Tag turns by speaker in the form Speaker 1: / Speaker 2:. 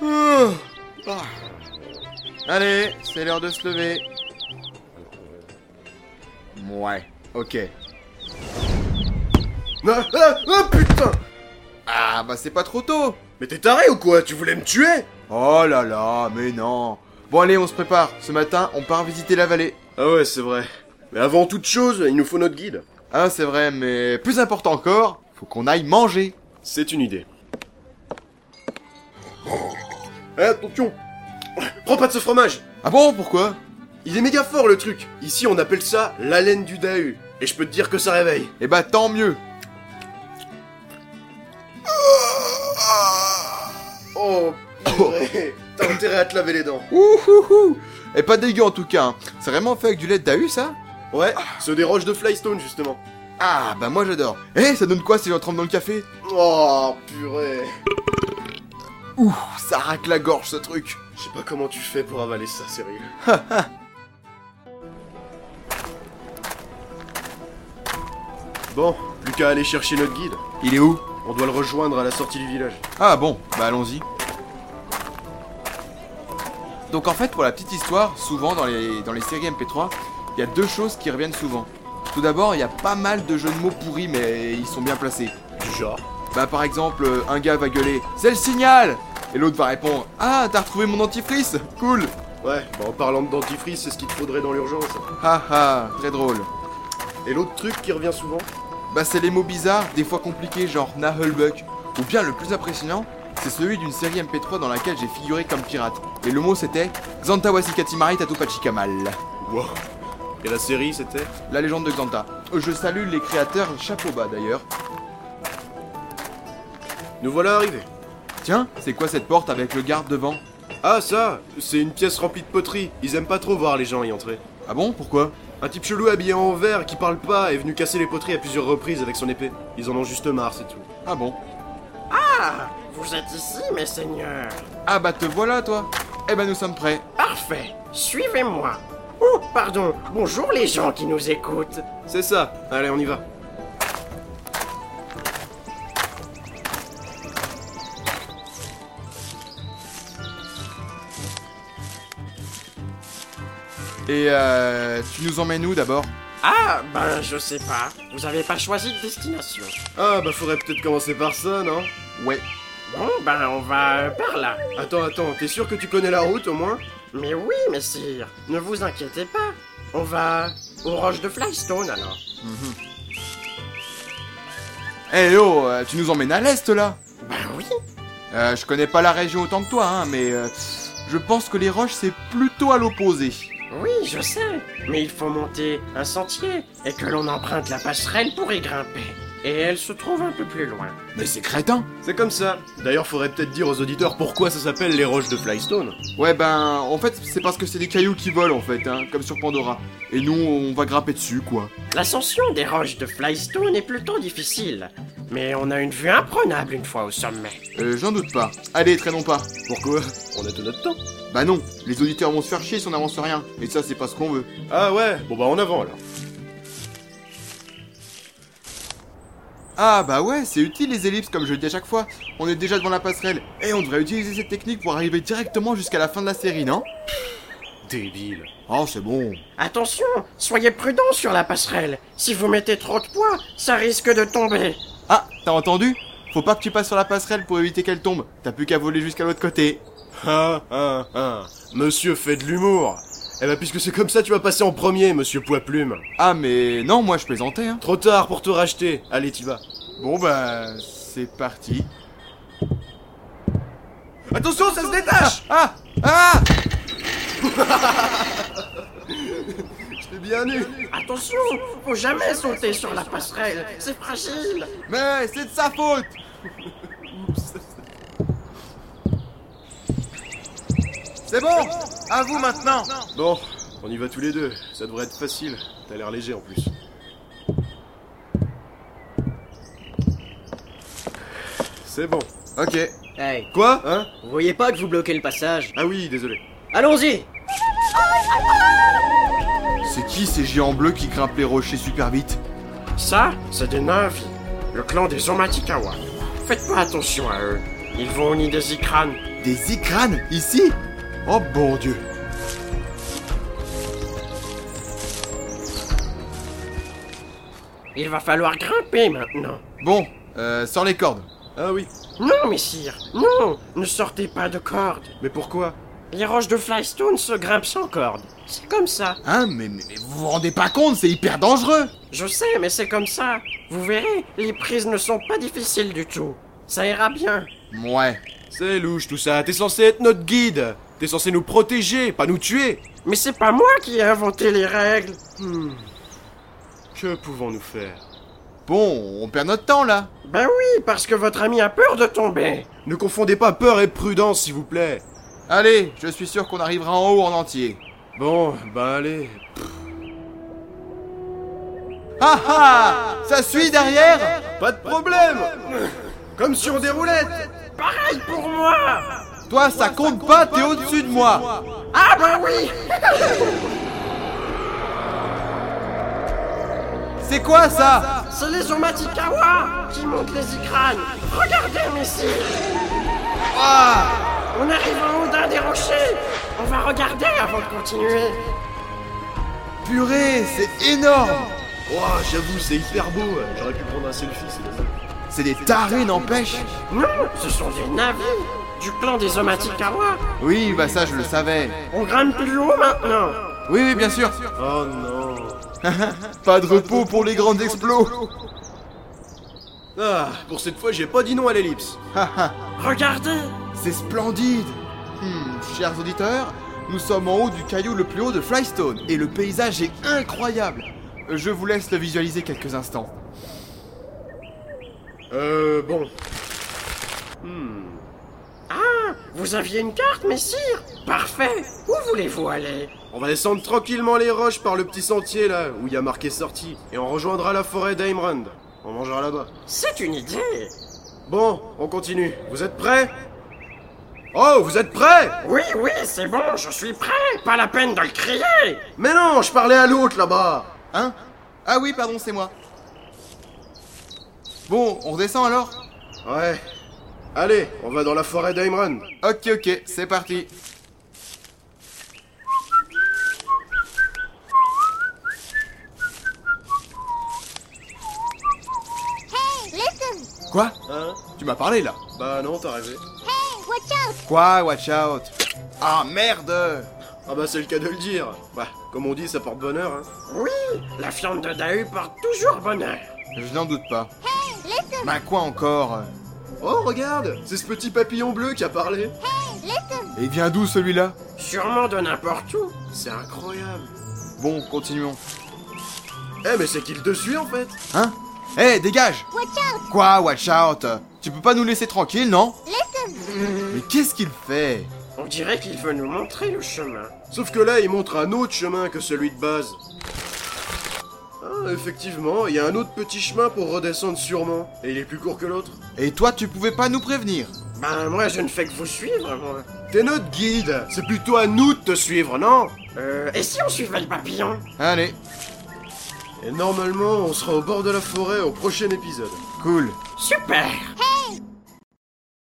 Speaker 1: Ah. Allez, c'est l'heure de se lever. Ouais, ok.
Speaker 2: Ah, ah, ah, putain
Speaker 1: Ah, bah c'est pas trop tôt
Speaker 2: Mais t'es taré ou quoi Tu voulais me tuer
Speaker 1: Oh là là, mais non Bon allez, on se prépare. Ce matin, on part visiter la vallée.
Speaker 2: Ah ouais, c'est vrai. Mais avant toute chose, il nous faut notre guide.
Speaker 1: Ah, c'est vrai, mais plus important encore, faut qu'on aille manger.
Speaker 2: C'est une idée. Eh, attention Prends pas de ce fromage
Speaker 1: Ah bon, pourquoi
Speaker 2: Il est méga fort le truc Ici on appelle ça l'haleine du Dahu. Et je peux te dire que ça réveille.
Speaker 1: Eh bah tant mieux.
Speaker 2: Oh purée. T'as intérêt à te laver les dents.
Speaker 1: Ouhouhou Et pas dégueu en tout cas. hein. C'est vraiment fait avec du lait de Dahu, ça
Speaker 2: Ouais, ceux des roches de Flystone justement.
Speaker 1: Ah, bah moi j'adore. Eh, ça donne quoi si j'en trempe dans le café
Speaker 2: Oh purée.
Speaker 1: Ouh, Oh, ça racle la gorge ce truc.
Speaker 2: Je sais pas comment tu fais pour avaler ça, sérieux. bon, plus qu'à aller chercher notre guide.
Speaker 1: Il est où
Speaker 2: On doit le rejoindre à la sortie du village.
Speaker 1: Ah bon, bah allons-y. Donc en fait, pour la petite histoire, souvent dans les, dans les séries MP3, il y a deux choses qui reviennent souvent. Tout d'abord, il y a pas mal de jeux de mots pourris, mais ils sont bien placés.
Speaker 2: Du genre
Speaker 1: Bah par exemple, euh, un gars va gueuler « C'est le signal !» Et l'autre va répondre « Ah, t'as retrouvé mon dentifrice Cool
Speaker 2: Ouais, bah en parlant de dentifrice, c'est ce qu'il te faudrait dans l'urgence.
Speaker 1: Ha ha, très drôle.
Speaker 2: Et l'autre truc qui revient souvent
Speaker 1: Bah c'est les mots bizarres, des fois compliqués, genre Nahulbuck. Ou bien le plus impressionnant, c'est celui d'une série MP3 dans laquelle j'ai figuré comme pirate. Et le mot c'était « Xantawasikatimarit Tatupachikamal ».
Speaker 2: Wow. Et la série, c'était
Speaker 1: La légende de Xanta. Euh, Je salue les créateurs, chapeau bas d'ailleurs.
Speaker 2: Nous voilà arrivés.
Speaker 1: Tiens, c'est quoi cette porte avec le garde devant
Speaker 2: Ah ça, c'est une pièce remplie de poteries. Ils aiment pas trop voir les gens y entrer.
Speaker 1: Ah bon, pourquoi
Speaker 2: Un type chelou habillé en vert qui parle pas est venu casser les poteries à plusieurs reprises avec son épée. Ils en ont juste marre, c'est tout.
Speaker 1: Ah bon
Speaker 3: Vous êtes ici, mes seigneurs.
Speaker 1: Ah bah te voilà toi Eh ben nous sommes prêts.
Speaker 3: Parfait, suivez-moi. Oh, pardon, bonjour les gens qui nous écoutent.
Speaker 2: C'est ça. Allez, on y va.
Speaker 1: Et euh, tu nous emmènes où d'abord
Speaker 3: Ah, ben je sais pas, vous avez pas choisi de destination.
Speaker 2: Ah bah faudrait peut-être commencer par ça, non
Speaker 1: Ouais.
Speaker 3: Bon, ben on va euh, par là.
Speaker 2: Attends, attends, t'es sûr que tu connais la route au moins
Speaker 3: Mais oui, messire, ne vous inquiétez pas. On va aux roches de Flystone alors.
Speaker 1: Eh oh, euh, tu nous emmènes à l'est là
Speaker 3: Ben oui,
Speaker 1: euh, Je connais pas la région autant que toi, hein, mais euh, je pense que les roches c'est plutôt à l'opposé.
Speaker 3: oui, je sais. Mais il faut monter un sentier et que l'on emprunte la passerelle pour y grimper. Et elle se trouve un peu plus loin.
Speaker 1: Mais c'est crétin
Speaker 2: C'est comme ça. D'ailleurs, faudrait peut-être dire aux auditeurs pourquoi ça s'appelle les roches de Flystone.
Speaker 1: Ouais ben, en fait c'est parce que c'est des cailloux qui volent en fait, hein, comme sur Pandora. Et nous on va grimper dessus quoi.
Speaker 3: L'ascension des roches de Flystone est plutôt difficile, mais on a une vue imprenable une fois au sommet.
Speaker 1: Euh, j'en doute pas. Allez, traînons pas.
Speaker 2: Pourquoi On a tout notre temps.
Speaker 1: Bah non, les auditeurs vont se faire chier si on n'avance rien. Et ça, c'est pas ce qu'on veut.
Speaker 2: Ah ouais Bon bah en avant alors.
Speaker 1: Ah bah ouais, c'est utile les ellipses, comme je le dis à chaque fois. On est déjà devant la passerelle. Et on devrait utiliser cette technique pour arriver directement jusqu'à la fin de la série, non
Speaker 2: Débile.
Speaker 1: Oh, c'est bon.
Speaker 3: Attention, soyez prudent sur la passerelle. Si vous mettez trop de poids, ça risque de tomber.
Speaker 1: Ah, t'as entendu Faut pas que tu passes sur la passerelle pour éviter qu'elle tombe. T'as plus qu'à voler jusqu'à l'autre côté.
Speaker 2: Ah ah ah. Monsieur fait de l'humour. Eh bah puisque c'est comme ça, tu vas passer en premier, monsieur Poiplume.
Speaker 1: Ah mais non, moi je plaisantais, hein.
Speaker 2: Trop tard pour te racheter. Allez, t'y vas.
Speaker 1: Bon bah, c'est parti.
Speaker 2: Attention, ça se détache
Speaker 1: Ah Ah
Speaker 2: J'étais bien nu.
Speaker 3: Attention, faut jamais sauter sur la passerelle, c'est fragile.
Speaker 1: Mais c'est de sa faute C'est bon À vous maintenant
Speaker 2: Bon, on y va tous les deux. Ça devrait être facile. T'as l'air léger en plus. C'est bon.
Speaker 1: Ok.
Speaker 4: Hey,
Speaker 2: Quoi Hein
Speaker 4: vous voyez pas que vous bloquez le passage
Speaker 2: Ah oui, désolé.
Speaker 4: Allons-y
Speaker 1: C'est qui ces géants bleus qui grimpent les rochers super vite
Speaker 3: Ça, c'est des Navi, le clan des Omatikawa. Faites pas attention à eux. Ils vont au nid des Ikran.
Speaker 1: Des icranes Ici
Speaker 2: Oh bon Dieu
Speaker 3: Il va falloir grimper maintenant.
Speaker 1: Bon, euh, sans les cordes.
Speaker 2: Ah oui,
Speaker 3: Non, messire, non, ne sortez pas de corde.
Speaker 2: mais pourquoi
Speaker 3: Les roches de Flystone se grimpent sans corde. C'est comme ça.
Speaker 1: Hein, mais, mais- mais vous vous rendez pas compte, c'est hyper dangereux
Speaker 3: Je sais, mais c'est comme ça. Vous verrez, les prises ne sont pas difficiles du tout. Ça ira bien.
Speaker 1: Ouais.
Speaker 2: C'est louche tout ça, t'es censé être notre guide T'es censé nous protéger, pas nous tuer
Speaker 3: Mais c'est pas moi qui ai inventé les règles.
Speaker 2: Que pouvons-nous faire
Speaker 1: Bon, on perd notre temps là.
Speaker 3: Ben oui, parce que votre ami a peur de tomber.
Speaker 2: Ne confondez pas peur et prudence, s'il vous plaît
Speaker 1: Allez, je suis sûr qu'on arrivera en haut en entier.
Speaker 2: Bon, bah allez.
Speaker 1: Ah ah Ça suit derrière
Speaker 2: Pas de problème Comme sur des roulettes
Speaker 3: Pareil pour moi.
Speaker 1: Toi, ça compte pas, t'es au-dessus de moi
Speaker 3: Ah ben oui.
Speaker 1: C'est quoi ça
Speaker 3: C'est les Omatikawa qui montent les Ikranes. Regardez, messire.
Speaker 1: Ah
Speaker 3: On arrive en haut d'un des rochers. On va regarder avant de continuer.
Speaker 1: Purée, c'est énorme
Speaker 2: Ouah, j'avoue, c'est hyper beau ouais. J'aurais pu prendre un selfie, c'est dommage.
Speaker 1: C'est des tarés, n'empêche
Speaker 3: Non, ce sont des navires du clan des Omatikawa.
Speaker 1: Oui, bah ça, je le savais.
Speaker 3: On grimpe plus haut maintenant.
Speaker 1: Oui, oui, bien sûr.
Speaker 2: Oh non
Speaker 1: Pas de repos pour les grands explos.
Speaker 2: Ah, pour cette fois, j'ai pas dit non à l'ellipse
Speaker 3: Regardez.
Speaker 1: C'est splendide Hmm, Chers auditeurs, nous sommes en haut du caillou le plus haut de Flystone et le paysage est incroyable. Euh, Je vous laisse le visualiser quelques instants.
Speaker 2: Euh, bon.
Speaker 3: Ah, vous aviez une carte, messire Parfait. Où voulez-vous aller
Speaker 2: On va descendre tranquillement les roches par le petit sentier là, où il y a marqué sortie, et on rejoindra la forêt d'Aimrand. On mangera là-bas.
Speaker 3: C'est une idée.
Speaker 2: Bon, on continue. Vous êtes prêts Oh, vous êtes prêts
Speaker 3: Oui, oui, c'est bon, je suis prêt. Pas la peine de le crier.
Speaker 2: Mais non, je parlais à l'autre là-bas
Speaker 1: Hein Ah oui, pardon, c'est moi. Bon, on redescend alors
Speaker 2: Ouais. Allez, on va dans la forêt d'Aimrand.
Speaker 1: Ok, ok, c'est parti.
Speaker 5: Hey, listen!
Speaker 1: Quoi
Speaker 2: Hein
Speaker 1: Tu m'as parlé là
Speaker 2: Bah non, t'as rêvé.
Speaker 5: Hey, watch out!
Speaker 1: Quoi Watch out Ah merde
Speaker 2: Ah bah c'est le cas de le dire. Bah, comme on dit, ça porte bonheur, hein.
Speaker 3: Oui, la fiente de Dahu porte toujours bonheur.
Speaker 1: Je n'en doute pas.
Speaker 5: Hey, listen!
Speaker 1: Bah quoi encore
Speaker 2: Oh, regarde C'est ce petit papillon bleu qui a parlé
Speaker 5: Hey, listen!
Speaker 1: Et vient d'où celui-là
Speaker 3: Sûrement de n'importe où.
Speaker 2: C'est incroyable
Speaker 1: Bon, continuons.
Speaker 2: Eh, mais c'est qu'il dessus en fait
Speaker 1: Hein Eh, dégage
Speaker 5: Watch out!
Speaker 1: Quoi Watch out Tu peux pas nous laisser tranquille, non
Speaker 5: Listen!
Speaker 1: Mais qu'est-ce qu'il fait
Speaker 3: On dirait qu'il veut nous montrer le chemin.
Speaker 2: Sauf que là, il montre un autre chemin que celui de base. Ah, effectivement, il y a un autre petit chemin pour redescendre sûrement. Et il est plus court que l'autre.
Speaker 1: Et toi, tu pouvais pas nous prévenir
Speaker 3: Ben, moi, je ne fais que vous suivre, moi.
Speaker 2: T'es notre guide C'est plutôt à nous de te suivre, non
Speaker 3: Euh, et si on suivait le papillon
Speaker 1: Allez,
Speaker 2: Et normalement, on sera au bord de la forêt au prochain épisode.
Speaker 1: cool.
Speaker 3: Super
Speaker 5: Hey,